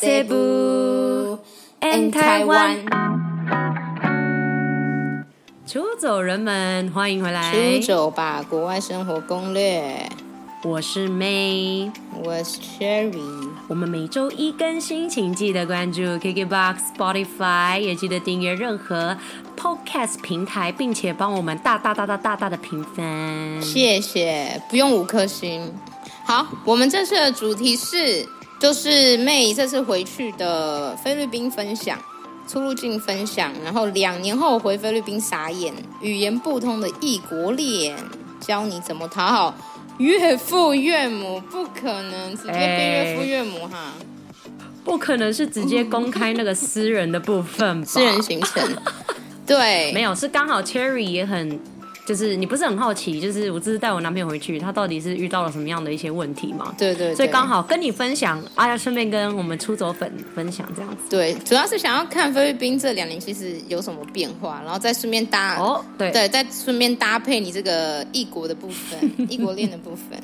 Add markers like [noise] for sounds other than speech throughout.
Cebu and Taiwan 出走人们，欢迎回来。出走吧，国外生活攻略。我是 May，我是 Cherry，我们每周一更新，请记得关注 KKBOX、Spotify，也记得订阅任何 Podcast 平台，并且帮我们大大大大大大的评分。谢谢，不用五颗星。好，我们这次的主题是，就是 May 这次回去的菲律宾分享。出入境分享，然后两年后回菲律宾傻眼，语言不通的异国恋，教你怎么讨好岳父岳母，不可能直接变岳父岳母哈，不可能是直接公开那个私人的部分吧？私人行程， [laughs] 对，没有，是刚好 Cherry 也很，就是你不是很好奇，就是我这次带我男朋友回去，他到底是遇到了什么样的一些问题吗？对对对，所以刚好跟你分享，啊，要顺便跟我们出走粉分享这样子。对，主要是想要看菲律宾这两年其实有什么变化，然后再顺便搭哦对对，再顺便搭配你这个异国的部分，异国恋的部 [laughs] 分，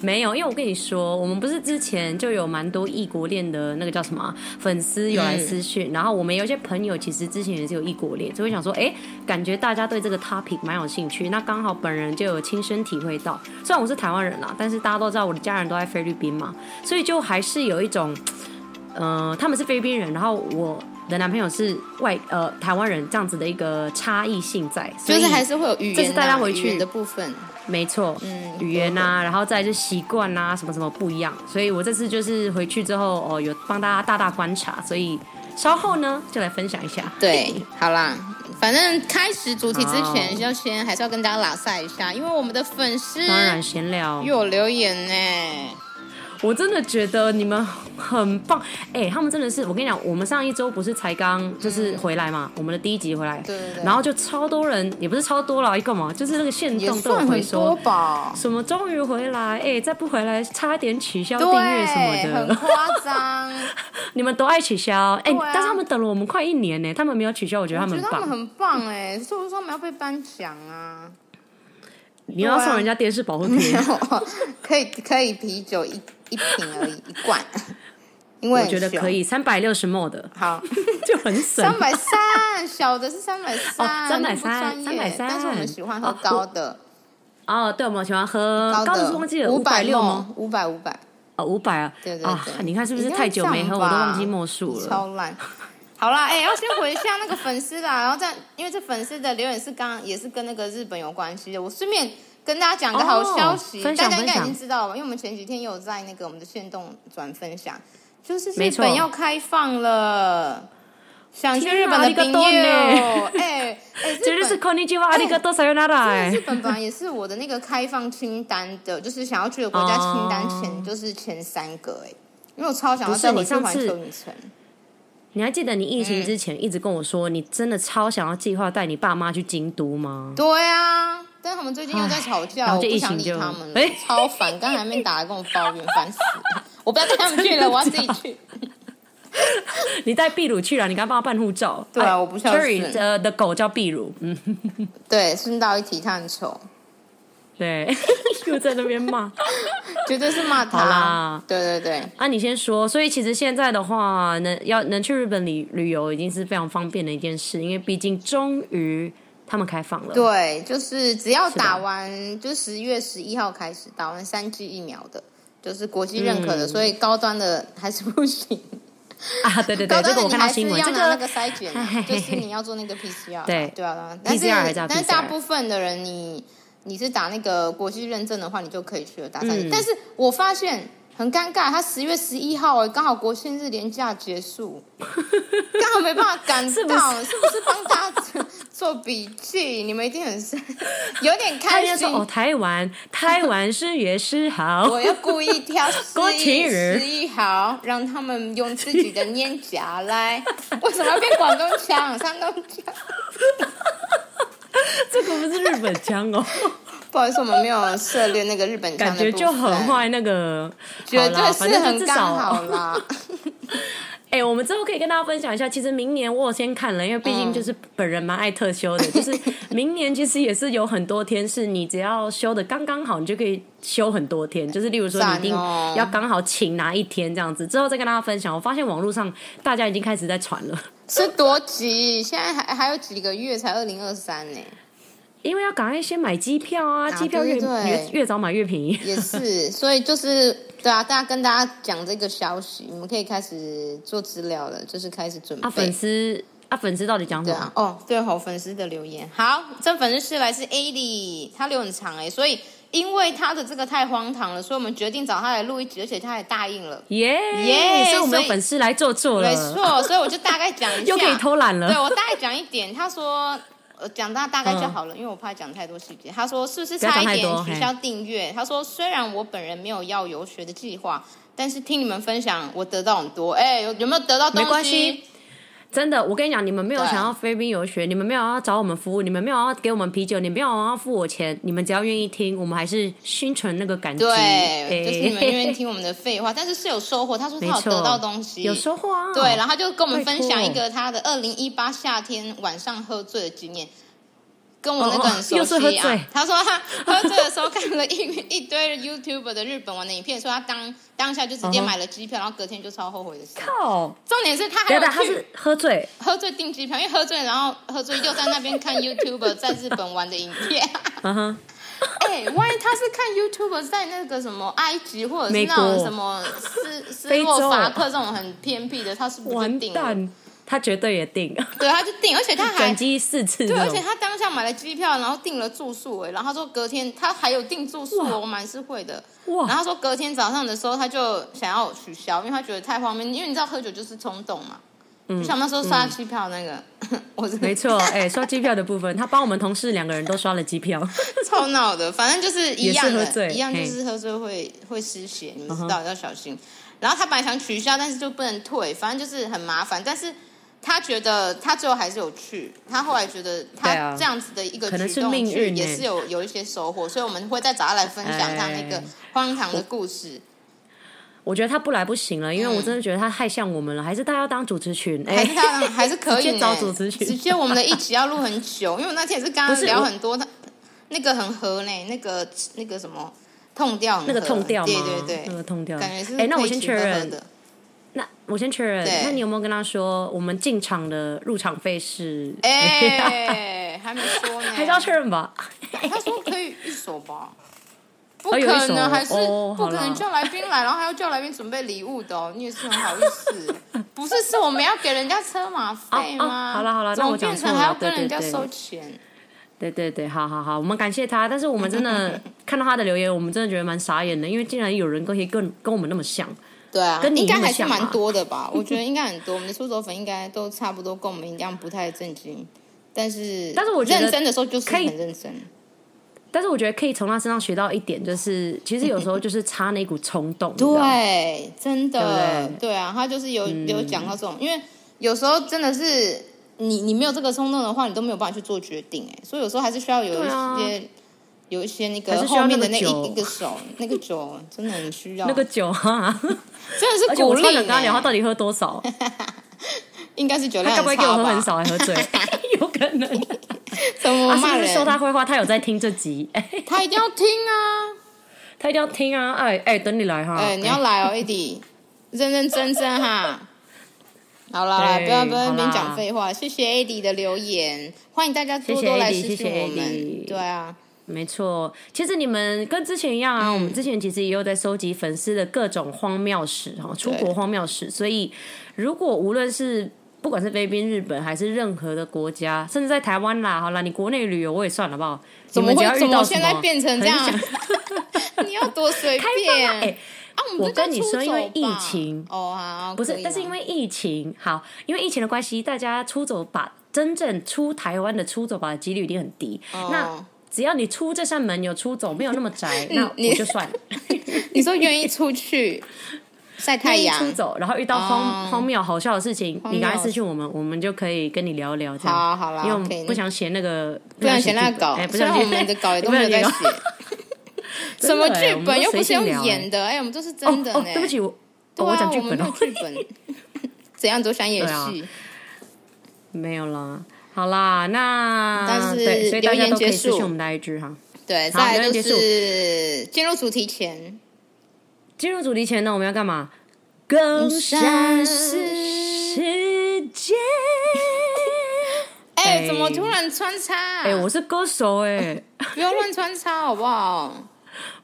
没有，因为我跟你说，我们不是之前就有蛮多异国恋的那个叫什么啊粉丝有来私讯，然后我们有一些朋友其实之前也是有异国恋，所以我想说，哎，感觉大家对这个 topic 蛮有兴趣，那刚好本人就有亲身体会到。虽然我是台湾人啦，但是大家都知道我的家人都在菲律宾嘛，所以就还是有一种，呃，他们是菲律宾人，然后我。的男朋友是外呃台湾人这样子的一个差异性在，所就以是还是会有语言啊、这是大家回去语言的部分，没错，嗯语言呐、然后再来就习惯呐，什么什么不一样。所以我这次就是回去之后，哦，有帮大家大大观察，所以稍后呢就来分享一下。 [laughs] 对，好啦，反正开始主题之前，好就先还是要跟大家拉塞一下，因为我们的粉丝当然闲聊，嗯又有留言呢。我真的觉得你们很棒，哎、他们真的是，我跟你讲，我们上一周不是才刚就是回来嘛，我们的第一集回来，嗯对对对然后就超多人，也不是超多啦，一个嘛，就是那个线也动都算有回很多说。吧，什么终于回来？哎、再不回来，差点取消订阅什么对，的，很夸张。你们都爱取消，哎、对啊但是他们等了我们快一年呢，他们没有取消，我觉得他我觉们得很他嗯棒。们很棒哎，所以我说他们要被颁奖 [laughs] 啊，你要对送啊人家电视保护贴，可以可以啤酒一一瓶而已，一 [laughs] 罐，因为 [laughs] 我很觉得小可。以，三百六十 ml 的 [laughs] 好，就很省。三百三，小的是三百三，哦330不专业330但是我们喜欢喝哦高的。哦，对，我们喜欢喝高的是忘记了五百六吗？吗？五百五百，哦，五百啊，对对对。啊，你看是不是一定要太久没喝，这我样吧都忘记莫数了。超烂。好啦，哎、要先回一下那个粉丝啦，然后再因为这粉丝的留言是刚刚也是跟那个日本有关系的，我顺便跟大家讲个好消息，哦分大享家应该已经分享知道了，因为我们前几天有在那个我们的线动转分享，就是日没错本要开放了，想去日本的天朋哪友， arigato 哎哎、日本 [laughs] 绝哎对是哎 k o n n i c h i w a 阿里嘎多 s a y o n a r 日本本来也是我的那个开放清单的，就是想要去的国家清单前，就是前三个哎、因为我超想要哦不是再回你去上环次球影城。你还记得你疫情之前一直跟我说，你真的超想要计划带你爸妈去京都吗？ [laughs] 对啊，但他们最近又在吵架，唉我不想理他们了然后就疫情就哎，超烦。刚才还没打来跟我抱怨，烦死了！我不要带他们去了，我要自己 [laughs] 去。你带秘鲁去了，你刚帮他办护照。对啊哎我不孝 Cherry 顺的的狗叫秘鲁，嗯，对，顺道一提他很丑，对， [laughs] 又在那边骂。绝对是骂好他啦。对对对，啊，你先说。所以其实现在的话，能要能去日本旅旅游已经是非常方便的一件事，因为毕竟终于他们开放了。对，就是只要的打完，就十月十一号开始打完三剂疫苗的，就是国际认嗯可的，所以高端的还是不行。啊，对对对高，这端个的我你看到还是新闻，要这拿那个个筛检 [laughs] 嘿嘿啊，嘿就是你要做那个 PCR 啊。对对啊对啊，但是 PCR 还是要但是大 PCR 部分的人你你是打那个国际认证的话，你就可以去了打筛检。嗯但是我发现很尴尬，他十月十一号哎，刚好国庆日连假结 [laughs] 束，刚好没办法赶到，是是不是不是帮大家做做笔记？你们一定很生有点他开应该心说。哦，台湾，台湾是月十号 [laughs] 我，要故意挑 [laughs] 国十庆一日十一号，让他们用自己的念夹来。为什么要变广东腔、山东腔？ [laughs] 这个不是日本腔哦，不好意思，我们没有涉猎那个日本腔感的觉部分就很，坏那个。绝好啦对反是正就很至刚少好啦。哎、我们之后可以跟大家分享一下。其实明年我有先看了，因为毕嗯竟就是本人蛮爱特休的，就是明年其实也是有很多天是你只要休的刚刚好，你就可以休很多天。就是例如说，你一定赞哦要刚好请哪一天这样子，之后再跟大家分享。我发现网络上大家已经开始在传了，是多急？现在还还有几个月才二零二三呢，因为要赶快先买机票啊，机票越对对对越越早买越便宜。也 [laughs] 是，所以就是对啊，大家跟大家讲这个消息，你们可以开始做资料了，就是开始准啊，备粉。丝啊，粉丝到底讲什对么？啊，哦，对好粉丝的留言，好，这粉丝是来自 A D，他留很长哎、所以因为他的这个太荒唐了，所以我们决定找他来录一集，而且他也答应了，耶耶所以我们所以有粉丝来做做了没，错，所以我就大概讲一下，啊又可以偷懒了对。我大概讲一点，他说。呃，讲大大概就好了，因为我怕讲太多细节。他说是不是不要差讲一太点多取消订阅？他说虽然我本人没有要游学的计划，但是听你们分享，我得到很多。哎、有有没有得到东西？没关系，真的，我跟你讲，你们没有对想要菲律宾游学，你们没有要找我们服务，你们没有要给我们啤酒，你们没有要付我钱，你们只要愿意听，我们还是心存那个感激。对，就是你们哎愿意听我们的废话，但是是有收获。他说他 [laughs] 没有错，得到东西，有收获啊。对，然后他就跟我们拜分托享一个他的二零一八夏天晚上喝醉的经验，跟我那个很哦熟又是喝悉啊。醉他说他喝醉的时候看了一 [laughs] 一堆 YouTube 的日本玩的影片，说他当当下就直接嗯哼买了机票，然后隔天就超后悔的事。靠，重点是他还对有的，他去是喝醉，喝醉订机票，因为喝醉，然后喝醉又在那边看 [laughs] YouTube 在日本玩的影片。嗯哼，哎、万一他是看 YouTube 在那个什么埃及或者是美那国种什么 [laughs] 斯斯非洲洛伐克这种很偏僻的，他是不是完就定了？蛋，他绝对也定，对，他就定，而且他还转机四次对，那而且种。他当下买了机票，然后订了住宿、哎，然后他说隔天他还有订住宿、哇哦，我蛮是会的。哇然后他说隔天早上的时候，他就想要取消，因为他觉得太荒谬，因为你知道喝酒就是冲动嘛。就像那时候刷机票那个， [laughs] 我是嗯没错，哎，刷机票的部分，他帮我们同事两个人都刷了机票。超闹的，反正就是一样也是喝的，醉一样就是喝醉会会失血，你们知道嗯要小心。然后他本来想取消，但是就不能退，反正就是很麻烦。但是他觉得他最后还是有去，他后来觉得对他啊这样子的一个可能举是动命去运也欸是有有一些收获，所以我们会再找他来分享他那个哎荒唐的故事。我觉得他不来不行了，因为嗯我真的觉得他太像我们了，还是他要当主持群，还哎是 [laughs] 他还是可以直呢接找主持群直接我们的一起要录很久，因为我那天也是跟他不是聊我很多，他那个很合呢，那个那个什么痛调很合，那个痛调吗？呃对对对，那个痛调。感觉是哎、那我先可以确请喝喝认，的，那我先确认对，那你有没有跟他说我们进场的入场费是？哎，还没说呢， [laughs] 还是要确认吧。他说可以一手吧。不哦可有一手能，还是哦不可好能啦叫来宾来，然后还要叫来宾准备礼物的哦，你也是很好意思。不是，是我们要给人家车马费哦哦吗？好啦好啦怎那么我讲变成错还要了对跟人对家对收钱？对对对，好好好，我们感谢他，但是我们真 [laughs] 的看到他的留言，我们真的觉得蛮傻眼的，因为竟然有人可以跟跟我们那么像。对啊，跟你应该那么还是像蛮吧多的吧？我觉得应该很多，我们的出走粉应该都差不多，跟我们一样不太震惊。但是，但是我觉得认真的时候就是可以很认真，但是我觉得可以从他身上学到一点，就是其实有时 [laughs] 候就是差那股冲动。你知道吗对，真的对嗯不，对啊，他就是有有讲到这种，因为有时候真的是你你没有这个冲动的话，你都没有办法去做决定，哎，所以有时候还是需要有一对啊些有一些那还个是需要后面的那那个一酒一个手，那个酒真的很需要，那个酒哈，真的而是且鼓我励超呢，想跟他聊，他到底喝多少？应该是酒他量该不会很给我差喝很吧？少还 [laughs] 喝醉？ [laughs] 有可能。怎么啊他是骂不是人？说他坏话？他有在听这 [laughs] 集？哎他一定要听啊！他一定要听啊！哎哎，等你来哈。哎、你要来哦，AD，认认真真哈。好啦，啦对不要不要好啦那边讲废话，谢谢 AD 的留言，欢迎大家多谢谢多来 AD 私信谢谢我们。 AD 对啊，没错，其实你们跟之前一样嗯啊，我们之前其实也有在收集粉丝的各种荒谬史哈，出国荒谬史。所以，如果无论是不管是菲律宾、日本，还是任何的国家，甚至在台湾啦，好啦，你国内旅游我也算好不好？怎么你们只要会怎遇到什现在变成这样很 [laughs] 想？你要多随便哎、啊！我们就我跟你叫出说因为走吧疫情哦啊，不可是以，但是啦因为疫情，好，因为疫情的关系，大家出走把真正出台湾的出走把的几率一定很低。那哦只要你出这扇门有出走，没有那么 [laughs] 宅，那你我就算了。你说愿意出 [laughs] 去晒太阳，出走，然后遇到荒、哦荒谬好笑的事情，荒谬你赶快私信我们，我们就可以跟你聊聊这样。好啊好啦因为我可以们不想写那个，不想写那个剧稿，本哎， [laughs] 不虽想然写，我们的稿也都没有在写，[laughs] 什么剧真的哎我们本都又不随是性用聊哎演的，哎，我们都是哦真的哦呢，。对不起，我对啊，哦我讲剧我们没本啊有哦，剧本， [laughs] 怎样都想演戏， [laughs] 没有啦，好啦，那但是对，所以大留家言都可以结私束讯我们的 IG 哈。对，好再留来言就结束是进入主题前，进入主题前呢，我们要 [laughs] 干嘛？更山山世界。哎、哎怎么突然穿插、啊？哎、我是歌手哎、 [laughs] 不要乱穿插好不好？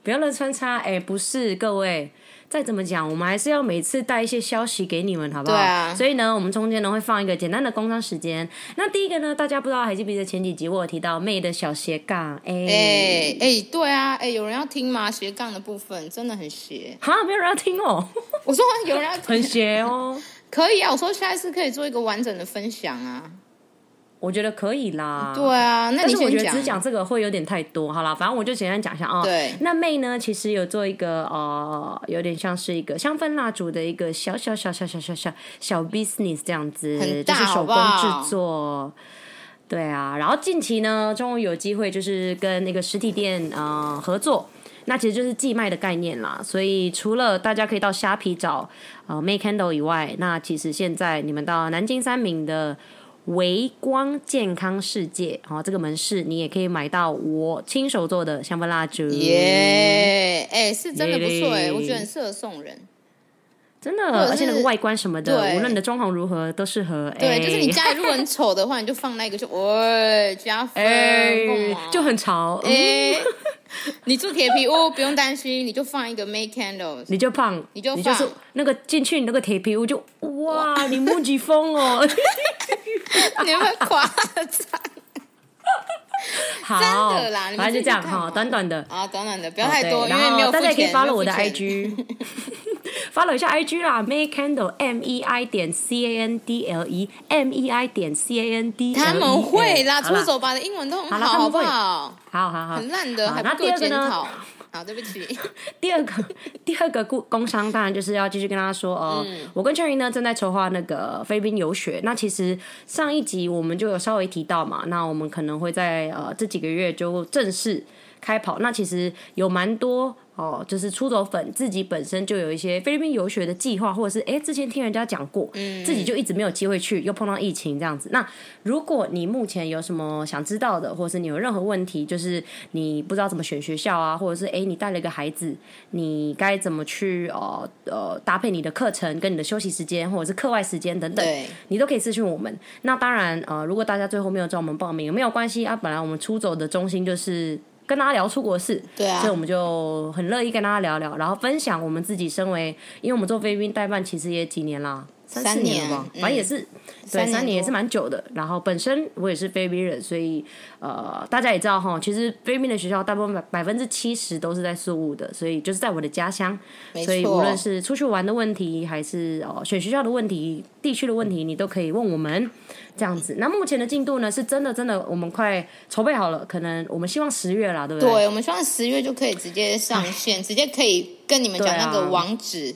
不要乱穿插哎、不是各位。再怎么讲，我们还是要每次带一些消息给你们，好不好？对啊所以呢，我们中间呢会放一个简单的工商时间。那第一个呢，大家不知道还记不记得前几集我有提到妹的小斜杠， [laughs] 哎、哎、哎、对啊，哎、有人要听吗？斜杠的部分真的很斜。哈，没有人要听哦，我说有人要听，很斜哦。可以啊。我说下一次可以做一个完整的分享啊。我觉得可以啦。对啊，那但你是我先觉得只讲这个会有点太多，好啦，反正我就简单讲一下啊。对那妹呢，其实有做一个呃，有点像是一个香氛蜡烛的一个小小小小小小小小 business 这样很子，大就是手好工不好制作。对啊，然后近期呢，终于有机会就是跟那个实体店呃合作。那其实就是寄卖的概念啦，所以除了大家可以到虾皮找呃 May Candle 以外，那其实现在你们到南京三明的微光健康世界，好、哦、这个门市，你也可以买到我亲手做的香氛蜡烛，耶，哎、是真的不错哎、耶我觉得很适合送人。真者的，是而且那个外观什么的，对无论你的装潢如何都适合，对，哎就是你家里如果很丑的话，你就放那个就喂加分， [laughs] 哎干嘛就很潮，嗯哎、你住铁皮屋不用担心，你就放一个 make candles，你就胖，你就你就是放那个进去你那个铁皮屋就哇，你木吉 [laughs] 风哦，啊你会夸张。 [laughs] 好，真的啦你们反正就这样自己看哈，嘛短短的。啊，等等的，不要太多，哦对因然为没有付后大钱。家也可没以有 follow 付我的钱 [laughs] IG，follow 一下 IG 啦，May Candle M E I 点 C A N D L E M E I 点 C A N D，E 他们会啦，出出走吧的英文都很好啦好，他好们不会好？好好好，很烂的，好还那不第够二个检呢？讨。好，对不 [laughs] 起。第二个第二个故工商当然就是要继续跟大家说哦，嗯我跟 Cherry 呢正在筹划那个菲律宾游学。那其实上一集我们就有稍微提到嘛，那我们可能会在呃这几个月就正式开跑。那其实有蛮多。哦，就是出走粉自己本身就有一些菲律宾游学的计划，或者是哎、诶之前听人家讲过，自己就一直没有机会去，又碰到疫情这样子。那如果你目前有什么想知道的，或是你有任何问题，就是你不知道怎么选学校啊，或者是诶你带了一个孩子，你该怎么去呃呃搭配你的课程跟你的休息时间，或者是课外时间等等，对，你都可以私讯我们。那当然呃，如果大家最后没有找我们报名，没有关系啊，本来我们出走的中心就是。跟大家聊出国事，对啊所以我们就很乐意跟大家聊聊，然后分享我们自己身为，因为我们做菲律宾代办其实也几年啦，三三四年年了吧，嗯反正也是三对，三年年也多是蛮久的。然后本身我也是菲律宾人，所以呃，大家也知道哈，其实菲律宾的学校大部分百百分之七十都是在宿务的，所以就是在我的家乡。没所以无论错。是出去玩的问题，还是哦选学校的问题、地区的问题，你都可以问我们这样子。那目前的进度呢，是真的真的，我们快筹备好了，可能我们希望十月啦，对不对？对，我们希望十月就可以直接上 [laughs] 线，直接可以跟你们讲对啊那个网址，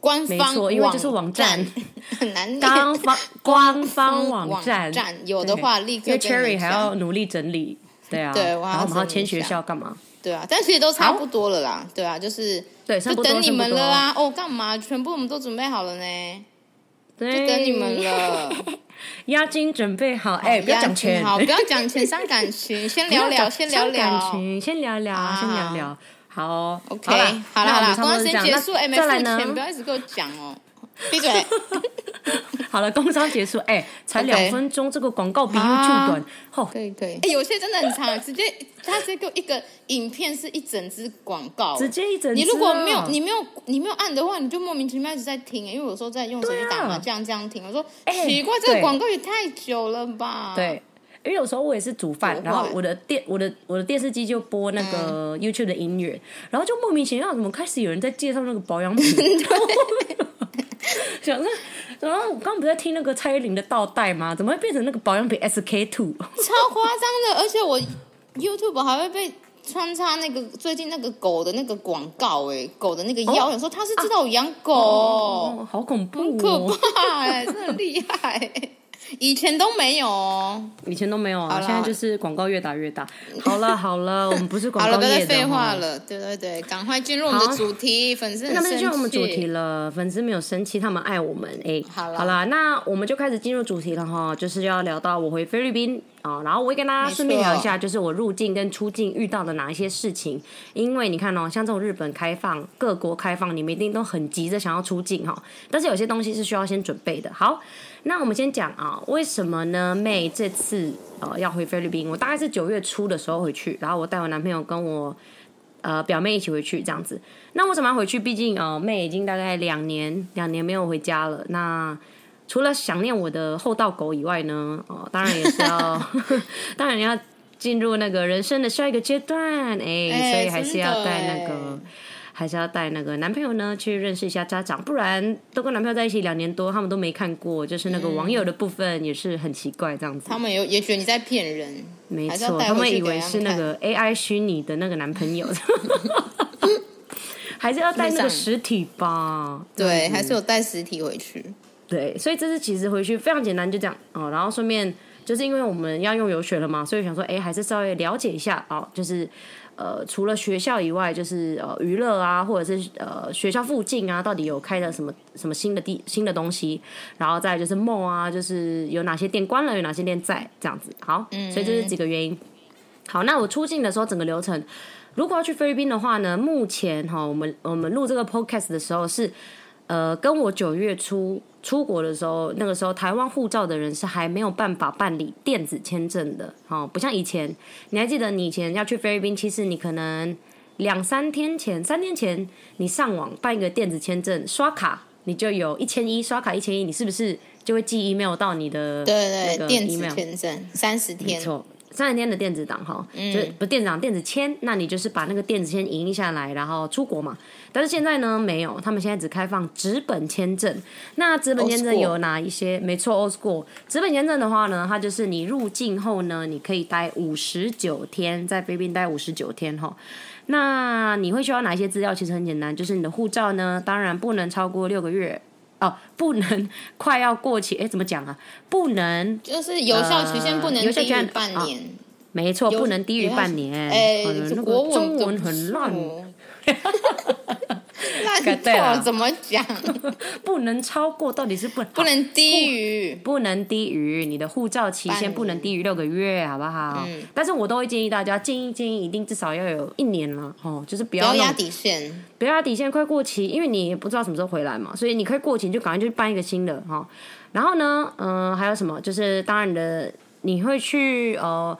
官没方错因为就是网站站 [laughs] 很难念。官方官方网网站，有的话立因刻为跟你 Cherry 们还要讲。努力整理。对啊，对我还要然后我们还整要理一签学下校干嘛？对啊，但其实都差不多了啦。对啊，就是对，差就不多等你们了。差啊。哦，干嘛？全部我们都准备好了呢，不多就对，等你们 [laughs] 了。押金准备好，哎、不要讲钱，好，不要讲钱，伤感 [laughs] 情，先聊聊，先聊伤感聊。情，先聊聊，啊先聊聊。好哦 OK，好啦好啦那好我啦，公关们差不多是这先样。结束，哎，没那再来付钱，不呢？要一 [laughs] 直给我讲哦，闭嘴。 [laughs] 好了，工商结束，哎、才 OK 两分钟，这个广告比 YouTube 啊短，吼、可以可以，哎，有些真的很长，直接他直接给我一个影片是一整支广告，直接一整、啊你如果没有，你没有你没有按的话，你就莫名其妙一直在听、因为有时候在用手机打麻将这样听，我说、啊哎奇怪，这个对广告也太久了吧？，对。因为有时候我也是煮煮饭，饭然后我的电我的我的电视机就播那嗯个 YouTube 的音乐，然后就莫名其妙怎么开始有人在介绍那个 [laughs] 保养品，想说，然后我刚不是在听那个蔡依林的倒带吗？怎么会变成那个保养品 SK two？ [laughs] 超夸张的，而且我 YouTube 还会被。穿插那个最近那个狗的那个广告、哎，狗的那个腰，哦啊有时候他是知道我养狗，欸哦，好恐怖、哦，可怕哎、真的很厉害、哎 [laughs] 以前都没有哦。以前都没有好啊，啦现在就是广告越打越大。好了好了，我们不是广好了，告不要业再的废话哦。了。对对对，赶快进入我们的好主题，粉丝很那么这就是生我们主气题了，粉丝没有生气，他们爱我们。哎、好啦好啦，那我们就开始进入主题了哈，就是要聊到我回菲律宾啊、然后我会跟大家没顺便错聊一下，就是我入境跟出境遇到的哪一些事情。因为你看哦，像这种日本开放、各国开放，你们一定都很急着想要出境哈、但是有些东西是需要先准备的。好，那我们先讲啊，为什么呢妹这次呃要回菲律宾？我大概是九月初的时候回去，然后我带我男朋友跟我呃表妹一起回去这样子。那为什么要回去？毕竟呃妹已经大概两年两年没有回家了。那除了想念我的厚道狗以外呢，哦、当然也 [laughs] 是要， [laughs] 当然要进入那个人生的下一个阶段，哎、哎所以还是要带那真的哎个。还是要带那个男朋友呢去认识一下家长，不然都跟男朋友在一起两年多，他们都没看过，就是那个网友的部分也是很奇怪这样子。他们有也觉得你在骗人，没还是要错，带他回们去以给为他是那看 [laughs] 个 AI 虚拟的那个男朋友，还是要带那个实体吧。对，还是有带实体回去。对，所以这次其实回去非常简单，就这样哦。然后顺便就是因为我们要用游学了嘛，所以想说，哎，还是稍微了解一下哦，就是。呃，除了学校以外，就是呃娱乐啊，或者是呃学校附近啊，到底有开的什么什么新的地新的东西，然后再来就是 mall 啊，就是有哪些店关了，有哪些店在这样子。好，所嗯以这是几个原因。好，那我出境的时候整个流程，如果要去菲律宾的话呢，目前哈，我们我们录这个 podcast 的时候是呃，跟我九月初出国的时候，那个时候台湾护照的人是还没有办法办理电子签证的，哦，不像以前，你还记得你以前要去菲律宾，其实你可能两三天前、三天前，你上网办一个电子签证，刷卡你就有一千一，刷卡一千一，你是不是就会寄 email 到你的对对那个电 email？子签证三十没天，嗯错，三十天的电子档哈，就是不电子档电子签，那你就是把那个电子签影印下来，然后出国嘛。但是现在呢，没有，他们现在只开放纸本签证。那纸本 Old 签证 school 有哪一些？没错，old school 纸本签证的话呢，它就是你入境后呢，你可以待五十九天，在菲律宾待五十九天哈。那你会需要哪一些资料？其实很简单，就是你的护照呢，当然不能超过六个月哦，不能快要过期。哎，怎么讲啊？不能就是有效期限不能呃有效低期限于半年。没错，有不能低于半年。哎、好了这那国个文中都文不很错烂， [laughs] 哦该 [laughs] 烂对透了了，怎么讲？ [laughs] 不能超过，到底是不不能低于。不能低于你的护照期半限，年嗯不能低于六个月，好不好？但是我都会建议大家，建议建议一定至少要有一年了哦，就是 [laughs] 不不要要那压种底线，不要底线快过期，因为你也不知道什么时候回来嘛，所以你可以过期你就赶快去办一个新的哈、然后呢，嗯、还有什么？就是当然你的，呃你会去呃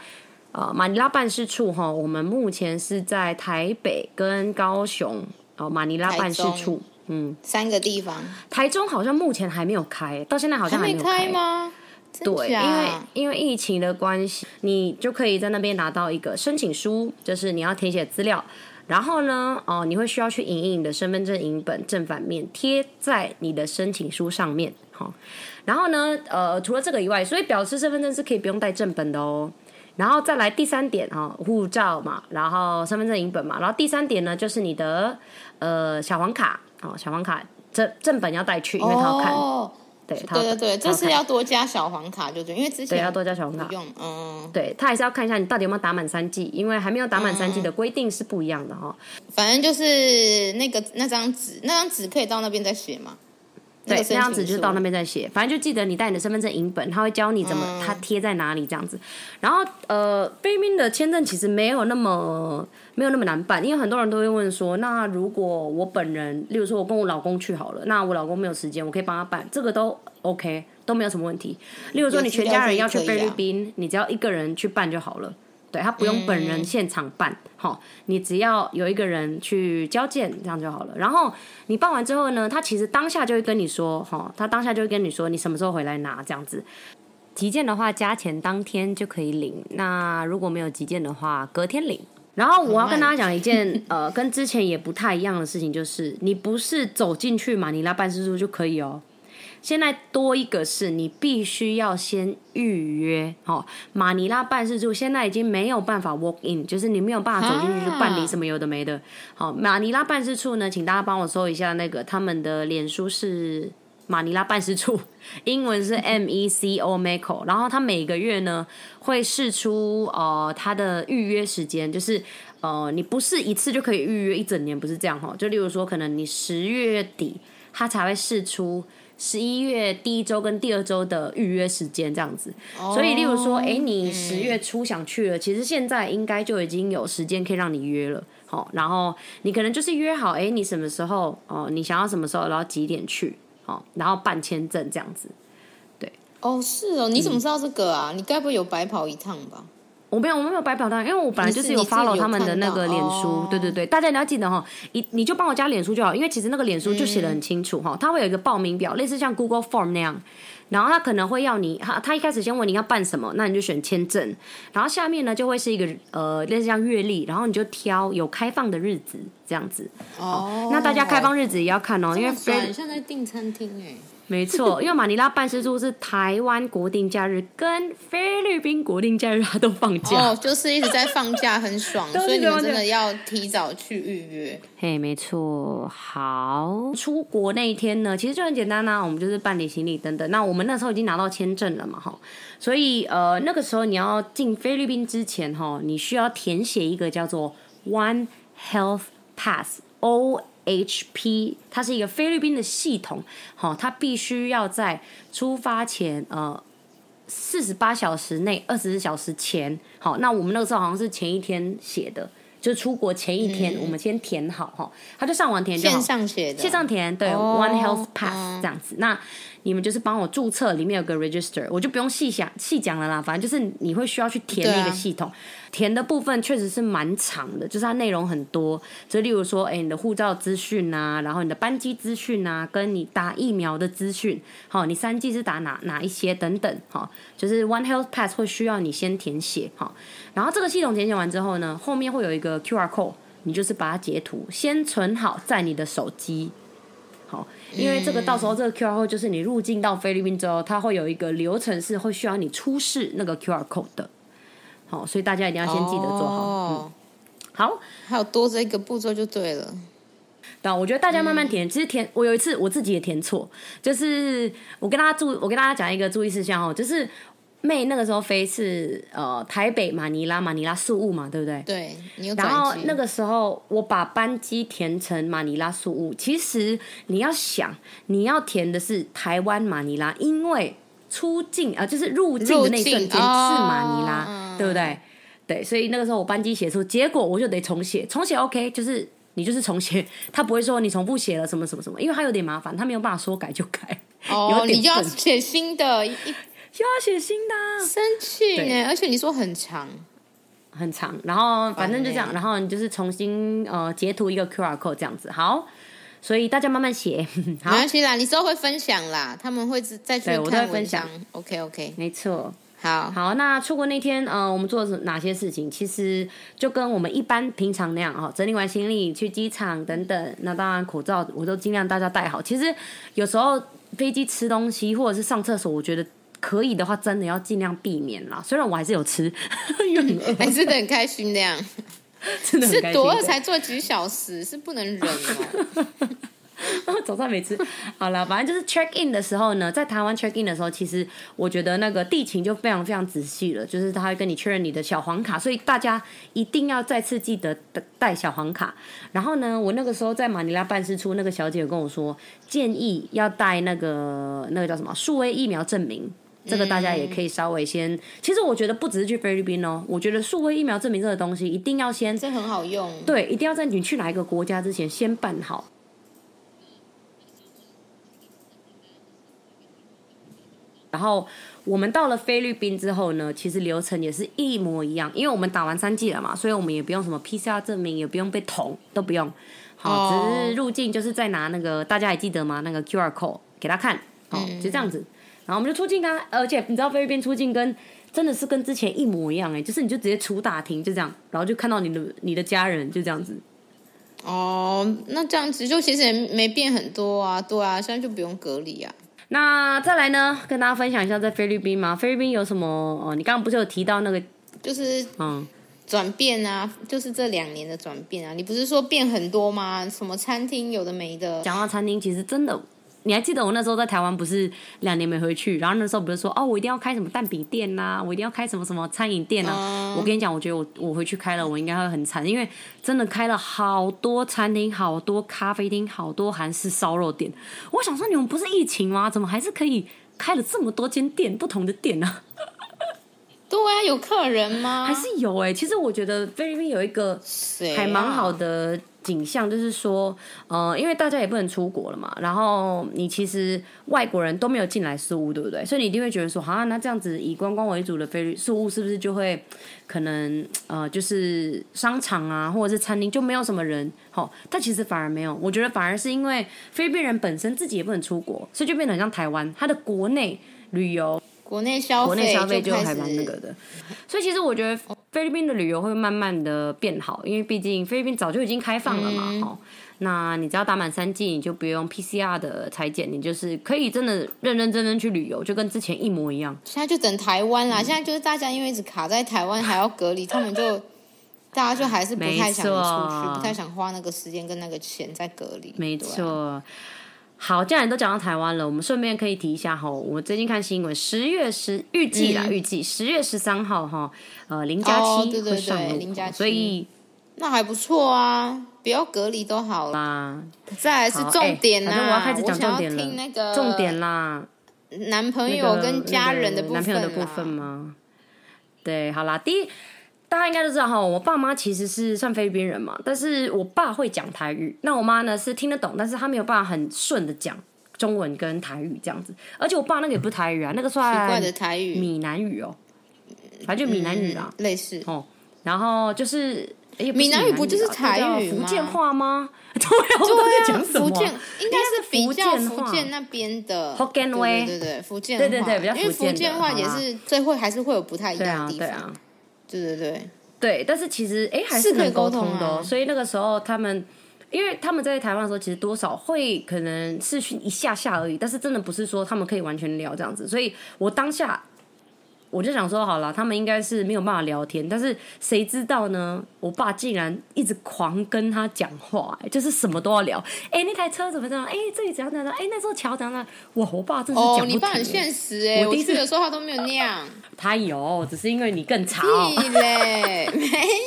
呃马尼拉办事处哈、我们目前是在台北跟高雄哦、马尼拉办事台中处。嗯，三个地方台中好像目前还没有开，到现在好像没没有开吗？真对，假因为因为疫情的关系，你就可以在那边拿到一个申请书，就是你要填写资料。然后呢，哦，你会需要去影印你的身份证影本正反面贴在你的申请书上面，好、然后呢，呃，除了这个以外，所以表示身份证是可以不用带正本的哦。然后再来第三点哈、哦，护照嘛，然后身份证影本嘛，然后第三点呢就是你的呃小黄卡哦，小黄卡正正本要带去，因为他要看，哦，对，他对对对，他这次看要多加小黄卡，就对，因为之对前要多加小黄卡不，用，嗯，对他还是要看一下你到底有没有打满三剂，因为还没有打满三剂的规定是不一样的哈、哦。反正就是那个那张纸，那张纸可以到那边再写嘛。对，个申那样子请就书到那边再写，反正就记得你带你的身份证影本，他会教你怎么、嗯它贴在哪里这样子。然后呃，菲律宾的签证其实没有那么没有那么难办，因为很多人都会问说，那如果我本人，例如说我跟我老公去好了，那我老公没有时间，我可以帮他办，这个都 OK，都没有什么问题。例如说你全家人要去菲啊律宾，你只要一个人去办就好了。对他不用本嗯人现场办，好、你只要有一个人去交件，这样就好了。然后你办完之后呢，他其实当下就会跟你说，哈、他当下就会跟你说你什么时候回来拿这样子。急件的话，加钱当天就可以领；那如果没有急件的话，隔天领。然后我要跟大家讲一件，呃，跟之前也不太一样的事情，就是你不是走进去马尼拉办事处就可以哦。现在多一个是你必须要先预约哦。马尼拉办事处现在已经没有办法 walk in，就是你没有办法走进去就办理什么有的没的。好，马尼拉办事处呢，请大家帮我搜一下那个他们的脸书是马尼拉办事处， [laughs] 英文是 M E C O MECO，然后他每个月呢会试出呃他的预约时间，就是呃你不是一次就可以预约一整年，不是这样哦哈。就例如说，可能你十月底他才会试出十一月第一周跟第二周的预约时间这样子。所以例如说，诶，你十月初想去了，其实现在应该就已经有时间可以让你约了。好，然后你可能就是约好，诶，你什么时候哦、你想要什么时候，然后几点去。哦，然后办签证这样子。哦，是哦，你怎么知道这个啊？你该不会有白跑一趟吧？我没有，我没有白表达，因为我本来就是你有是你自 follow 己有他们的那个看到脸书哦，对对对，大家你要记得哈，你你就帮我加脸书就好，因为其实那个脸书就写的很清楚哈，它会有一个报名表，类似像 Google Form 那样，然后他可能会要你，他他一开始先问你要办什么，那你就选签证，然后下面呢就会是一个呃类似像阅历，然后你就挑有开放的日子这样子，哦那大家开放日子也要看哦，因为非转啊像在订餐厅 [laughs] 哎、 [laughs] 没错，因为马尼拉办事处是台湾国定假日跟菲律宾国定假日它都放假。哦，就是一直在放 [laughs] 假，很爽，都是所以你们放假真的要提早去预约。嘿，没错。好，出国那一天呢，其实就很简单啊啦、我们就是办理行李等等。那我们那时候已经拿到签证了嘛，哈，所以呃，那个时候你要进菲律宾之前，哈，你需要填写一个叫做 One Health Pass O。HP，它是一个菲律宾的系统，好、它必须要在出发前，呃，四十八小时内，二十四小时前。好，那我们那个时候好像是前一天写的，就出国前一天，我们先填好哈，他就上网填就好线。上写的，线上填对、哦 One Health Pass 嗯这样子，那你们就是帮我注册，里面有个 register，我就不用细想细讲了啦。反正就是你会需要去填对啊那个系统，填的部分确实是蛮长的，就是它内容很多，就例如说，哎、你的护照资讯啊，然后你的班机资讯啊，跟你打疫苗的资讯，好，你三剂是打哪哪一些等等，好，就是 One Health Pass 会需要你先填写，好，然后这个系统填写完之后呢，后面会有一个 QR code，你就是把它截图，先存好在你的手机。好，因为这个到时候这个 QR code 就是你入境到菲律宾之后，它会有一个流程是会需要你出示那个 QR code 的。好，所以大家一定要先记得做好。嗯，哦好，还有多这个步骤就对了。那啊我觉得大家慢慢填，其实填我有一次我自己也填错，就是我跟大家注，我跟大家讲一个注意事项哦，就是妹那个时候飞是呃台北马尼拉马尼拉宿务嘛，对不对？对你有然后转机，那个时候我把班机填成马尼拉宿务，其实你要想，你要填的是台湾马尼拉，因为出境呃就是入境的那一瞬入间境是马尼拉，哦对不对？对，所以那个时候我班机写错，结果我就得重写，重写 OK 就是。你就是重写，他不会说你重复写了什么什么什么，因为他有点麻烦，他没有办法说改就改， [laughs] 哦有，点你就要笨写新的，一一就要写新的啊、生气对呢，而且你说很长，很长，然后反正就这样，烦欸然后你就是重新呃截图一个 QR code 这样子，好，所以大家慢慢写，没好，关系啦，你之后会分享啦，他们会自再去对我都看会分文享章。OK OK，没错。好，好，那出国那天，呃，我们做了哪些事情？其实就跟我们一般平常那样哦，整理完行李去机场等等。那当然口罩我都尽量大家戴好。其实有时候飞机吃东西或者是上厕所，我觉得可以的话，真的要尽量避免啦。虽然我还是有吃，因为很 [laughs] 饿，还是很开心的 [laughs] 呀。真的很是开心多这饿样才做几小时，是不能忍 [laughs] 哦。早上没吃。好了，反正就是 check in 的时候呢，在台湾 check in 的时候，其实我觉得那个地勤就非常非常仔细了，就是他会跟你确认你的小黄卡，所以大家一定要再次记得带带小黄卡。然后呢，我那个时候在马尼拉办事处，那个小姐有跟我说，建议要带那个那个叫什么数位疫苗证明。这个大家也可以稍微先，其实我觉得不只是去菲律宾哦，我觉得数位疫苗证明这个东西一定要先这很好用。对，一定要在你去哪一个国家之前先办好。然后我们到了菲律宾之后呢，其实流程也是一模一样，因为我们打完三剂了嘛，所以我们也不用什么 PCR 证明，也不用被捅，都不用。好，哦只是入境就是再拿那个，大家还记得吗？那个 QR code 给他看，哦，就这样子。然后我们就出境啊，而且你知道菲律宾出境跟真的是跟之前一模一样哎、就是你就直接出大厅就这样，然后就看到你的你的家人就这样子，哦，那这样子就其实也没变很多啊，对啊，现在就不用隔离啊。那再来呢，跟大家分享一下在菲律宾嘛，菲律宾有什么？哦，你刚刚不是有提到那个，就是嗯，转变啊，就是这两年的转变啊。你不是说变很多吗？什么餐厅有的没的，讲到餐厅，其实真的你还记得我那时候在台湾不是两年没回去，然后那时候不是说哦，我一定要开什么蛋饼店呐、我一定要开什么什么餐饮店呐、我跟你讲，我觉得我我回去开了，我应该会很惨，因为真的开了好多餐厅、好多咖啡厅、好多韩式烧肉店。我想说，你们不是疫情吗？怎么还是可以开了这么多间店，不同的店呢、对啊，有客人吗？还是有哎、其实我觉得菲律宾有一个谁、啊还蛮好。的景象，就是说，呃，因为大家也不能出国了嘛，然后你其实外国人都没有进来宿务，对不对？所以你一定会觉得说，啊，那这样子以观光为主的菲律宿务是不是就会可能呃，就是商场啊或者是餐厅就没有什么人？好、但其实反而没有，我觉得反而是因为菲律宾人本身自己也不能出国，所以就变得很像台湾，它的国内旅游国内消费，国内消费就开还始蛮那个 [laughs] 的。所以其实我觉得菲律宾的旅游会慢慢的变好，因为毕竟菲律宾早就已经开放了嘛，嗯哦、那你只要打满三剂，你就不用 PCR 的裁剪，你就是可以真的认认真真去旅游，就跟之前一模一样。现在就等台湾嗯啦，现在就是大家因为一直卡在台湾还要隔离，他们 [laughs] 就大家就还是不太想出没去，错不太想花那个时间跟那个钱在隔离。没对啊，错。好，既然都讲到台湾了，我们顺便可以提一下哈，我最近看新闻，十月十预计啦，预计十月十三号哈，呃，零加嗯哦七对对会上对路，零加七所以那还不错啊，不要隔离都好了。啦，再来是好重点哎啊，反正我要开始讲想重点了听那个重点啦，男朋那友个跟家人的那部个分啊男朋友的啦部分吗？对，好啦，第一，大家应该都知道哈，我爸妈其实是算菲律宾人嘛，但是我爸会讲台语，那我妈呢是听得懂，但是她没有办法很顺的讲中文跟台语这样子，而且我爸那个也不是台语啊，那个奇怪算的台语，嗯闽南语哦、反正就闽南语啦，类似然后就是。哎也不是闽南语闽不就是啦那叫台语吗啊福建话吗？ [laughs] 对啊，我都在对讲啊，什么福啊？建应该是比福较建福话建那边的福建话对对对，对福建对对话对比较因为福建福的建话好也啦是最会还是会有不太一对样啊的，地对方，啊。对对对，对，但是其实哎、还是可以能沟沟通的、啊哦所以那个时候他们，因为他们在台湾的时候，其实多少会可能视讯一下下而已，但是真的不是说他们可以完全聊这样子，所以我当下。我就想说，好了，他们应该是没有办法聊天，但是谁知道呢？我爸竟然一直狂跟他讲话、哎就是什么都要聊。哎、那台车怎么这样？哎、这里怎样怎样？哎、那座桥怎样怎样？哇，我爸真是讲不哦，停、你爸很哎现实哎、我我第一去次的时候他都没有那 [laughs] 样，他有，只是因为你更吵。屁嘞，没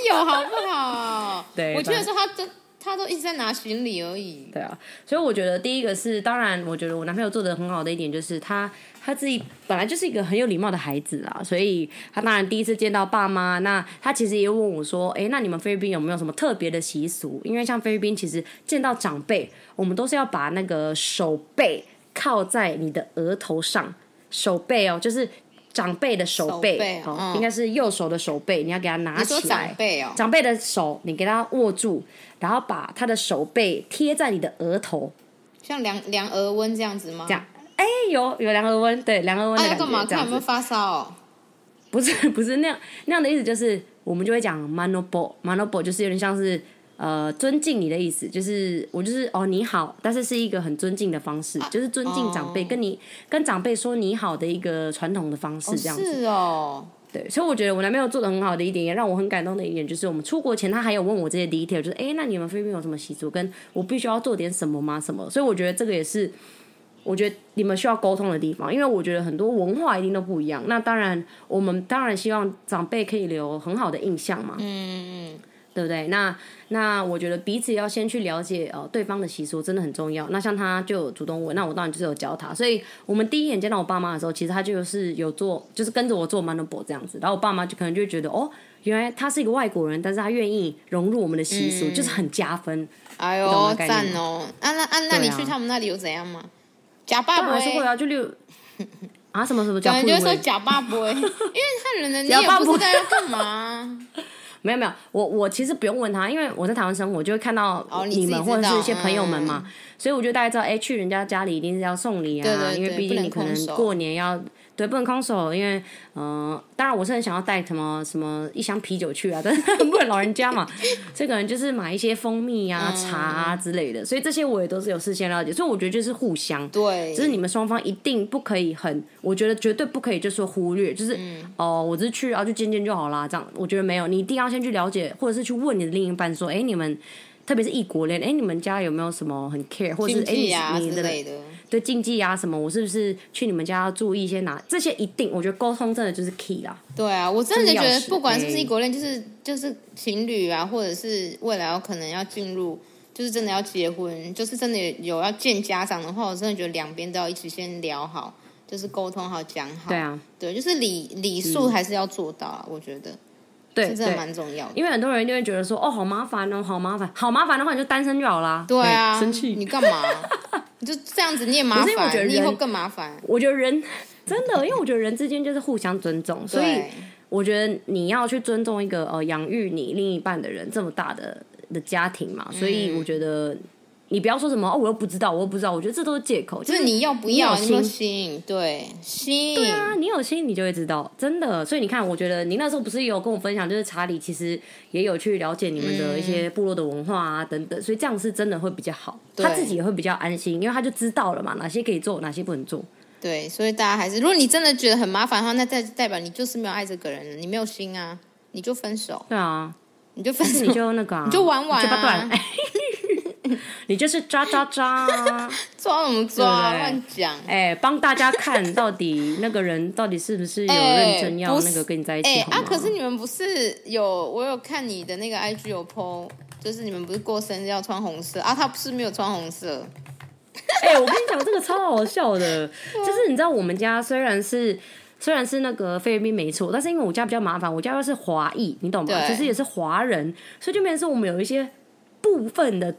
有好不好？ [laughs] 对我去的反时候他都他都一直在拿行李而已，对啊，所以我觉得第一个是，当然，我觉得我男朋友做的很好的一点就是他他自己本来就是一个很有礼貌的孩子啦，所以他当然第一次见到爸妈，那他其实也问我说，诶，那你们菲律宾有没有什么特别的习俗？因为像菲律宾其实见到长辈，我们都是要把那个手背靠在你的额头上，手背哦，就是。长辈的手背手背哦，嗯应该是右手的手背，你要给他拿你说起来。长辈哦、长辈的手，你给他握住，然后把他的手背贴在你的额头，像量量额温这样子吗？这样。哎、有有梁额温，对梁额温啊要的感觉，干嘛？这看有样没有子发烧、哦。不是 [laughs] 不是那样那样的意思，就是我们就会讲 manobo manobo，就是有点像是呃尊敬你的意思，就是我就是哦你好，但是是一个很尊敬的方式，就是尊敬长辈，啊哦跟你跟长辈说你好的一个传统的方式，这样子。是哦，对，所以我觉得我男朋友做的很好的一点，也让我很感动的一点，就是我们出国前他还有问我这些 detail，就是哎，诶那你们菲律宾有什么习俗，跟我必须要做点什么吗？什么？所以我觉得这个也是，我觉得你们需要沟通的地方，因为我觉得很多文化一定都不一样。那当然，我们当然希望长辈可以留很好的印象嘛，嗯嗯，对不对？那那我觉得彼此要先去了解呃对方的习俗真的很重要。那像他就有主动问，那我当然就是有教他。所以我们第一眼见到我爸妈的时候，其实他就是有做，就是跟着我做 m a n o b o 这样子。然后我爸妈就可能就会觉得哦，原来他是一个外国人，但是他愿意融入我们的习俗，嗯就是很加分。哎你懂我呦的概念赞哦！啊那啊那你对啊去他们那里有怎样吗？假爸当爸然是会啊，就例如啊什么什么叫感不觉就是如说假爸不会， [laughs] 因为汉 [laughs] 人的你假也爸不不知道要干嘛。 [laughs] 没有没有，我我其实不用问他，因为我在台湾生活，就会看到哦你你自们己或知道者嗯是一些朋友们嘛，所以我就大概知道，哎、去人家家里一定是要送礼啊，对对对因为毕不竟能你可空能手过年要对不能空手，因为嗯、呃当然我是很想要带什么什么一箱啤酒去啊，[laughs] 但是不能老人家嘛，这个人就是买一些蜂蜜啊、嗯茶啊之类的，所以这些我也都是有事先了解，所以我觉得就是互相。对，就是你哎们双方一定不可以很，我觉得绝对不可以就说忽略，就是哦、嗯我只是去然后就见见就好啦，这样我觉得没有，你一定要先去了解，或者是去问你的另一半说，哎、你们特别是异国恋，哎、你们家有没有什么很 care，或者是经哎、济啊你之你的类的。对禁忌啊什么，我是不是去你们家要注意一些哪？这些一定，我觉得沟通真的就是 key 啦。对啊，我真的觉这得是钥匙不管是不是异国恋，就是就是情侣啊，或者是未来有可能要进入，就是真的要结婚，就是真的有要见家长的话，我真的觉得两边都要一起先聊好，就是沟通好讲好。对，啊，嗯对，就是礼礼数还是要做到啊，我觉得对这真的对，蛮重要的。因为很多人就会觉得说，哦，好麻烦哦，好麻烦，好麻烦的话你就单身就好啦。对啊，哎生气你干嘛？你就这样子你也麻不是因为我觉得烦，人你以后更麻烦。我觉得人真的，因为我觉得人之间就是互相尊重，所以对我觉得你要去尊重一个呃养育你另一半的人这么大的的家庭嘛，所以我觉得你不要说什么哦，我又不知道，我又不知道，我觉得这都是借口。就就是你要不要？你你说有心，对心，对啊，你有心你就会知道，真的。所以你看，我觉得你那时候不是也有跟我分享，就是查理其实也有去了解你们的一些部落的文化啊等等，所以这样是真的会比较好，对他自己也会比较安心，因为他就知道了嘛，哪些可以做，哪些不能做。对，所以大家还是，如果你真的觉得很麻烦的话，那代代表你就是没有爱这个人了，你没有心啊，你就分手，对啊，你就分是手你，就那个、啊，你就玩玩啊嘴巴短， [laughs] 你就是抓抓抓啊，抓什么抓啊，对不对乱讲。哎、帮大家看到底那个人到底是不是有哎认真要不那是个跟你在一哎、起好啊，吗？可是你们不是有我有看你的那个 IG 有 PO，就是你们不是过生日要穿红色啊？他不是没有穿红色， [laughs] 哎、我跟你讲，这个超好笑的，就是你知道我们家虽然是。虽然是那个菲律宾没错，但是因为我家比较麻烦，我家又是华裔，你懂吗？对就是也是华人，所以就变成说我们有一些部分的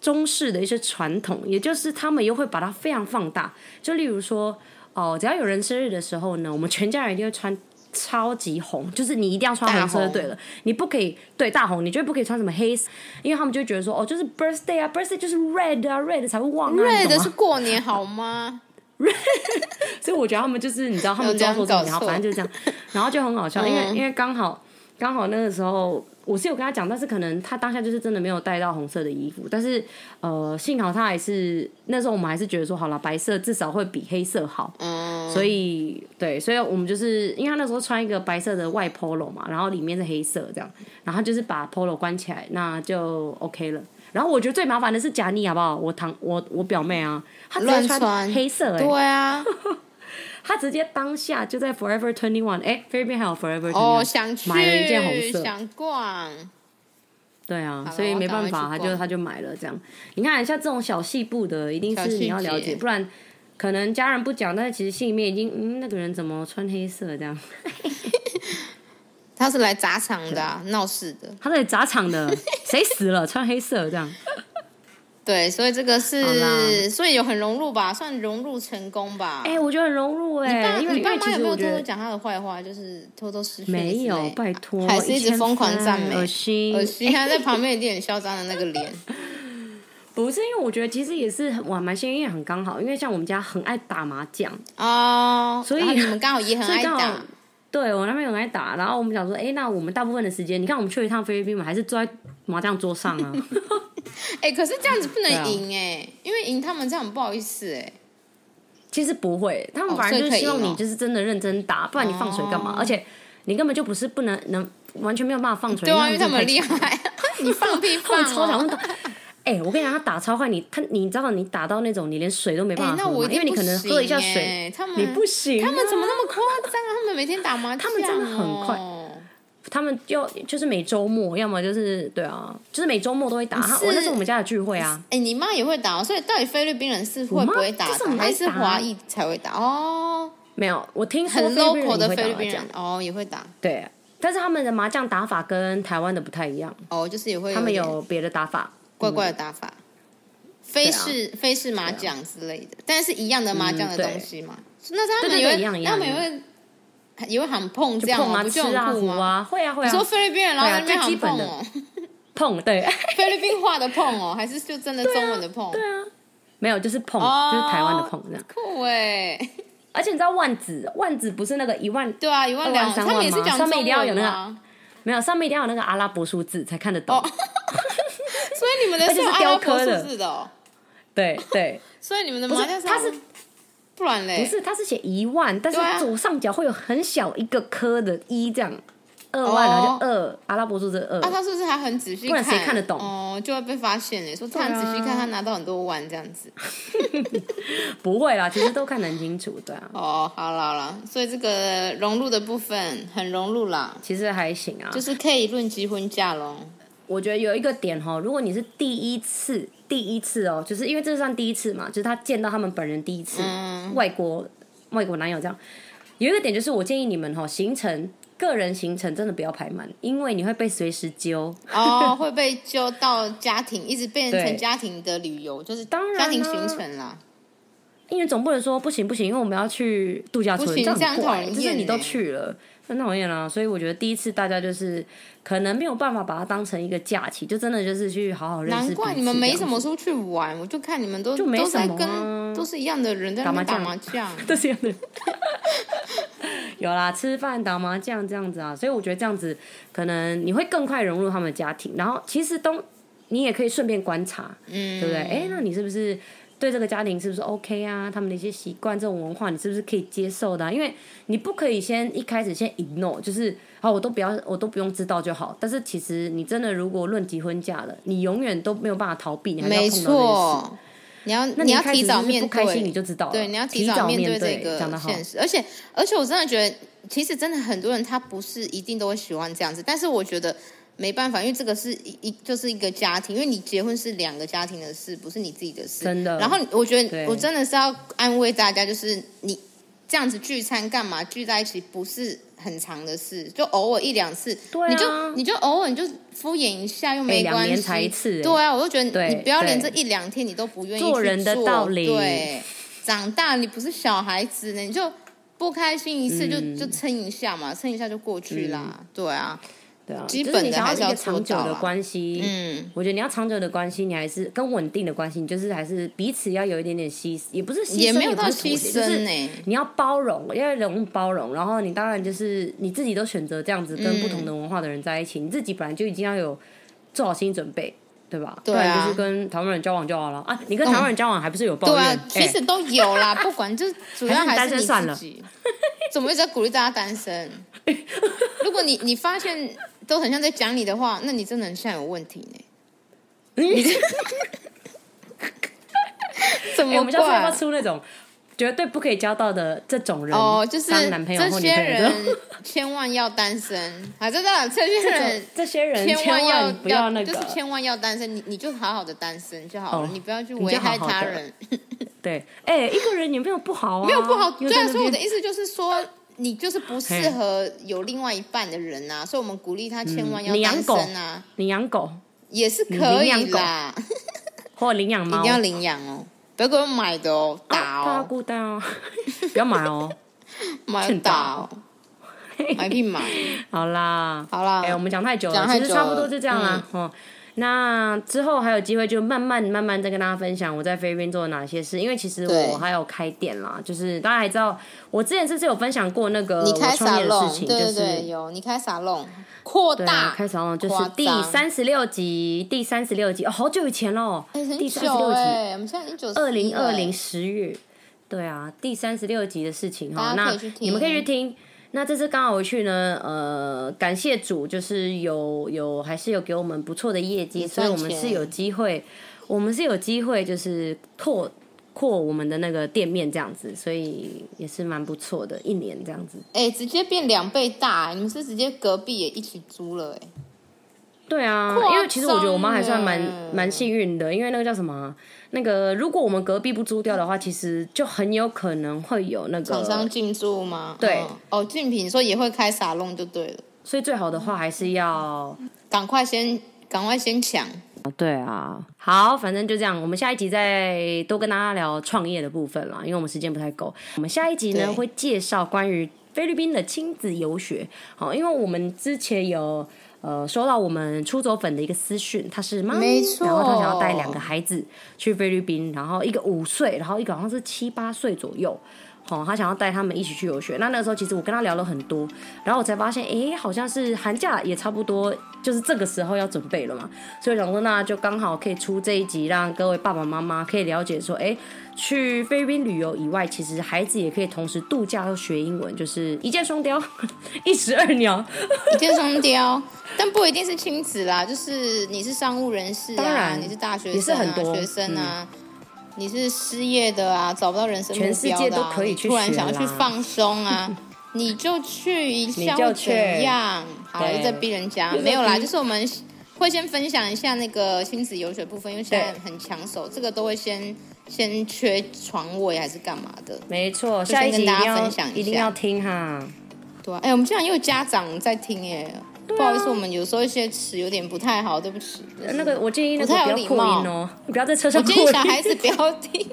中式的一些传统，也就是他们又会把它非常放大。就例如说，哦，只要有人生日的时候呢，我们全家人一定会穿超级红，就是你一定要穿红色大就红对了，你不可以对大红，你绝对不可以穿什么黑色，因为他们就会觉得说，哦，就是 birthday 啊，birthday 就是 red 啊，red 才会旺啊，瑞你的懂吗是过年好吗？所以我觉得他们就是你知道他有们这抓样错重点，搞错然嗯后反正就 [laughs] 是这样，然后就很好笑，因为因为刚好刚好那个时候我是有跟他讲，但是可能他当下就是真的没有带到红色的衣服，但是呃幸好他还是那时候我们还是觉得说好了，白色至少会比黑色好，嗯，所以对，所以我们就是因为他那时候穿一个白色的外 polo 嘛，然后里面是黑色这样，然后他就是把 polo 关起来，那就 OK 了。然后我觉得最麻烦的是贾妮，好不好？我堂我我表妹啊，她直接乱穿黑色、欸，对啊，他直接当下就在 Forever Twenty One，哎，菲律宾还有 Forever 哦， Twenty One，、想去，买了一件红色想逛，对啊了，所以没办我法，赶快他去逛就他就买了这样。你看像这种小细部的，一定小是细你要了节解，不然可能家人不讲，但是其实心里面已经，嗯，那个人怎么穿黑色这样？他是来砸场的啊、闹事的。他在砸场的， [laughs] 谁死了穿黑色这样？对，所以这个好是，啦所以有很融入吧，算融入成功吧。哎、我觉得很融入哎、爸因为你因爸为其妈有实没我有偷觉偷得。讲他的坏话？就是偷偷失去你之类？没有，拜托，还是一直疯狂赞美1300恶心，恶心， [laughs] 他在旁边一定很嚣张的那个脸。不是因为我觉得其实也是很我还蛮幸运，因为很刚好，因为像我们家很爱打麻将，哦，所以然后你们刚好也很所以爱刚好打，，对我那边有人在打，然后我们想说，哎、那我们大部分的时间，你看我们去了一趟菲律宾，我们还是坐在麻将桌上 [laughs] 啊。哎、可是这样子不能对啊赢哎、因为赢他们这样很不好意思哎、其实不会，他们哦反而所以就是可以希望赢哦你就是真的认真打，不然你放水干嘛？哦而且你根本就不是不能能完全没有办法放水，对啊，因为他真的们很太厉害， [laughs] 你放屁他放、们哦，超想问打。哎、我跟你讲，他打超快，你他你知道你打到那种你连水都没哎、办法那喝我吗一定因为你可能不喝一下行水，哎他们你不行、啊他们怎么？那么夸张啊？他们每天打麻将、哦，哦他们真的很快 [laughs] 他们就就是每周末，要么就是对啊，就是每周末都会打。他我那是我们家的聚会啊。哎、你妈也会打、哦，所以到底菲律宾人是会不会打我妈就是的，很爱打还是华裔才会打？哦，没有，我听说很菲律宾人 local 的也会打菲律麻宾将啊人，哦也会打，对，但是他们的麻将打法跟台湾的不太一样，哦就是也会他们点有别的打法。嗯怪怪的打法，非式非式麻将之类的，但是一样的麻将的啊嗯对东西嘛，那他们对对也对一会，样一那他样们也会也会喊碰这样碰吗？啊，不吃就啊，很酷胡吗？啊，会啊会你说啊，菲律宾人，然后对在那边啊最喊基本碰的哦，碰对 [laughs] 菲律宾话的碰哦，还是就真的中文的碰？对啊，没有就是碰，哦就是台湾的碰这样。酷哎，而且你知道万子，万子不是那个一万，对啊，一万二万两，三他们也是万吗讲上中面一定要有文啊那个吗？没有上面一定要有那个阿拉伯数字才看得哦懂。所以你们的而且有是阿拉雕伯刻的数字的哦，对对，所以你们的不是麻将它是不然嘞？不是它是写一万，但是对啊左上角会有很小一个颗的一这样。二万，然哦后就二阿拉伯数字二啊，，他是不是还很仔细不看？然谁看得懂哦，就会被发现哎，说他很对仔啊细看，他拿到很多万这样子。不会啦，其实都看得很清楚，对啊，哦，好啦好啦，所以这个融入的部分很融入啦，其实还行啊，就是可以论及婚嫁喽。我觉得有一个点哈，如果你是第一次，第一次哦，就是因为这算第一次嘛，就是他见到他们本人第一次，嗯外国外国男友这样。有一个点就是，我建议你们哈，行程个人行程真的不要排满，因为你会被随时揪。哦，会被揪到家庭，一直变成对家庭的旅游，就是当然啊家庭啦行程啦。因为总不能说不行不行，因为我们要去度假村，不行这这样样很怪讨厌就是你都欸去了，很讨厌啊。所以我觉得第一次大家就是可能没有办法把它当成一个假期，就真的就是去好好认识难彼此这样子。啊怪你们没什么出去玩，我就看你们都就没都在什么啊跟都是一样的人在那边打打麻麻将。 [laughs] 都是一样的。有啦，吃饭、打麻将这样子啊，所以我觉得这样子可能你会更快融入他们的家庭，然后其实都你也可以顺便观察，嗯，对不对？哎、那你是不是对这个家庭是不是 OK 啊？他们的一些习惯、这种文化，你是不是可以接受的啊、因为你不可以先一开始先 ignore，就是好，我都不要，我都不用知道就好。但是其实你真的如果论及婚嫁了，你永远都没有办法逃避，你还是没要碰到这件事。错，你要那你要一开始提早是不是面不开心你对，就知道了，对，你要提早面对这讲得个好。现实。而且而且，我真的觉得，其实真的很多人他不是一定都会喜欢这样子，但是我觉得。没办法，因为这个是一一就是一个家庭，因为你结婚是两个家庭的事，不是你自己的事。真的然后我觉得对我真的是要安慰大家，就是你这样子聚餐干嘛？聚在一起不是很长的事，就偶尔一两次，对啊你就你就偶尔你就敷衍一下又没哎两关系。年才一次哎对啊，我就觉得对你不要连这对一两天你都不愿意去做人的道理对，长大你不是小孩子呢，你就不开心一次就、嗯就撑一下嘛，撑一下就过去啦。对啊，对啊，基就是本你的想还要是一要个做长久到的啦关系，嗯，我觉得你要长久的关系，你还是跟稳定的关系，你就是还是彼此要有一点点牺，也不是牺牲也没有不到是妥牺协牲欸就是呢。你要包容，要容包容，然后你当然就是你自己都选择这样子跟不同的嗯文化的人在一起，你自己本来就已经要有做好心理准备，对吧？对啊哦不然就是跟台湾人交往就好了啊！你跟台湾人交往还不是有抱对怨？啊，其哎实都有啦， [laughs] 不管就是主要还还是是你你单身自己。 [laughs] 怎么一直在鼓励大家单 [laughs] 身？如果你你发现都很像在讲你的话，那你真的很像有问题 [laughs] 呢。你这怎哎、么我们下次要不怪要？出那种绝对不可以交到的这种人哦，就是当男朋友这或女些朋友人千万要单身，啊，真的， [laughs] 这些这人 [laughs] 种这些人千万要不要那个，就是千万要单身，你你就好好的单身就好了，哦你不要去你就危害好好他地哦人。对，哎、一个人也没有不好啊，没有不好，又对在啊，那所以我的边意思就是说，你就是不适合有另外一半的人呐、所以我们鼓励他千万要你单嗯养狗身啊，你养狗也是可你以领啦养，或领养一猫，定要领养哦，不要给我买的哦，打啊怕它哦，孤单哦， [laughs] 不要买哦。买欠打打哦，买必 [laughs] 买，好啦，好啦，哎、我们讲太久啊讲了，太其久了嗯实差不多就这样啦。哦，那之后还有机会就慢慢慢慢再跟大家分享我在菲律宾做了哪些事，因为其实对我还有开店啦，就是大家还知道我之前是不是有分享过那个你呃我开创沙业的事龙，情，对对就对，是。有你开沙龙，扩对大啊，开始了，就是夸第张三十六集，第三十六集哦，好久以前喽，哎很第三十久六集，哎，我们现在已经九二零二零十月，对啊，第三十六集的事情哈，大家可那以去听你们可以去听。那这次刚好回去呢，呃，感谢主，就是有有还是有给我们不错的业绩，所赚以钱我们是有机会，我们是有机会就是拓扩我们的那个店面这样子，所以也是蛮不错的，一年这样子。哎，直接变两倍大，你们是直接隔壁也一起租了哎，对啊夸张，因为其实我觉得我妈还算蛮欸蛮幸运的，因为那个叫什么啊，那个如果我们隔壁不租掉的话，其实就很有可能会有那个厂商进驻吗？对嗯哦，竞品说也会开沙龙就对了。所以最好的话还是要，赶快先，赶快先抢。对啊，好，反正就这样，我们下一集再多跟大家聊创业的部分啦，因为我们时间不太够。我们下一集对呢会介绍关于菲律宾的亲子游学，好，因为我们之前有。呃，收到我们出走粉的一个私讯，她是妈咪没，错然后她想要带两个孩子去菲律宾，然后一个五岁，然后一个好像是七八岁左右，哦，他想要带他们一起去游学。那那个时候其实我跟他聊了很多，然后我才发现，诶，好像是寒假也差不多，就是这个时候要准备了嘛。所以我想说，那就刚好可以出这一集，让各位爸爸妈妈可以了解说，诶，去菲律宾旅游以外，其实孩子也可以同时度假和学英文，就是一箭双雕， [laughs] 一石二鸟。一箭双雕，但不一定是亲子啦，就是你是商务人士、啊，当然你是大学生、啊、也是很多嗯学生啊。你是失业的啊，找不到人生目标的、啊，全世界都可以去突然想要去放松 [laughs] 啊，你就去一下或怎样？好了，就在逼人家没有啦，就是我们会先分享一下那个亲子游学部分，因为现在很抢手，这个都会先先缺床位还是干嘛的？没错，就下先一集跟一大定家要分享一定要下。听哈。对啊，哎、我们竟然也有家长在听耶、不好意思，我们有时候一些词有点不太好，对不起。呃那个我建议那个不太有不要礼扩貌音哦，你不要在车我上建议扩小孩音。子不要听。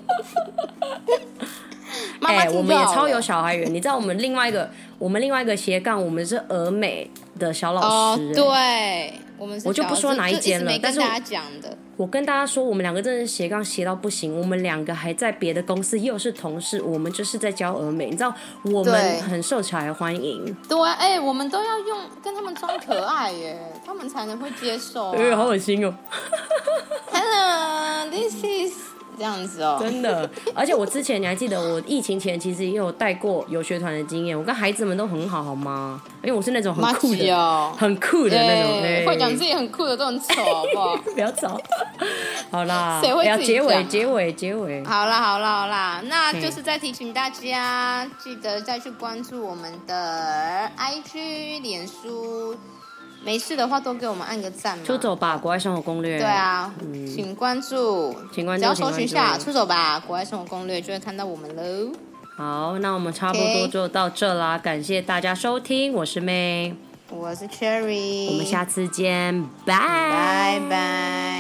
妈妈哎、听就我们也好超有了小孩缘，你知道我们另外一个我们另外一个斜杠，我们是俄美的小老哦师、，哎对，我们是我就小不说就哪一就间直了没但跟是大家我讲的。我跟大家说，我们两个真的是斜杠斜到不行，我们两个还在别的公司又是同事，我们就是在教俄美，你知道我对们很受小孩欢迎，对啊，哎、我们都要用跟他们装可爱耶，他们才能会接受、啊。哎、好恶心哦。 Hello, this is 这样子哦。真的，而且我之前你还记得，我疫情前其实也有带过游学团的经验，我跟孩子们都很好，好吗？因为我是那种很酷妈吉的、哦，很酷的那种，对哎会讲自己很酷的都很丑，好不好？不要吵。 [laughs] 好啦，谁会哎呀自己结讲尾啊结尾结尾，好啦，好啦，好啦，那就是再提醒大家，记得再去关注我们的 IG、脸书。没事的话，多给我们按个赞嘛。出走吧，国外生活攻略。对，啊，请关注，请关注只要搜寻一下“请关注出走吧国外生活攻略”，就会看到我们喽。好，那我们差不多 OK 就到这啦，感谢大家收听，我是 May，我是 Cherry，我们下次见，嗯拜拜。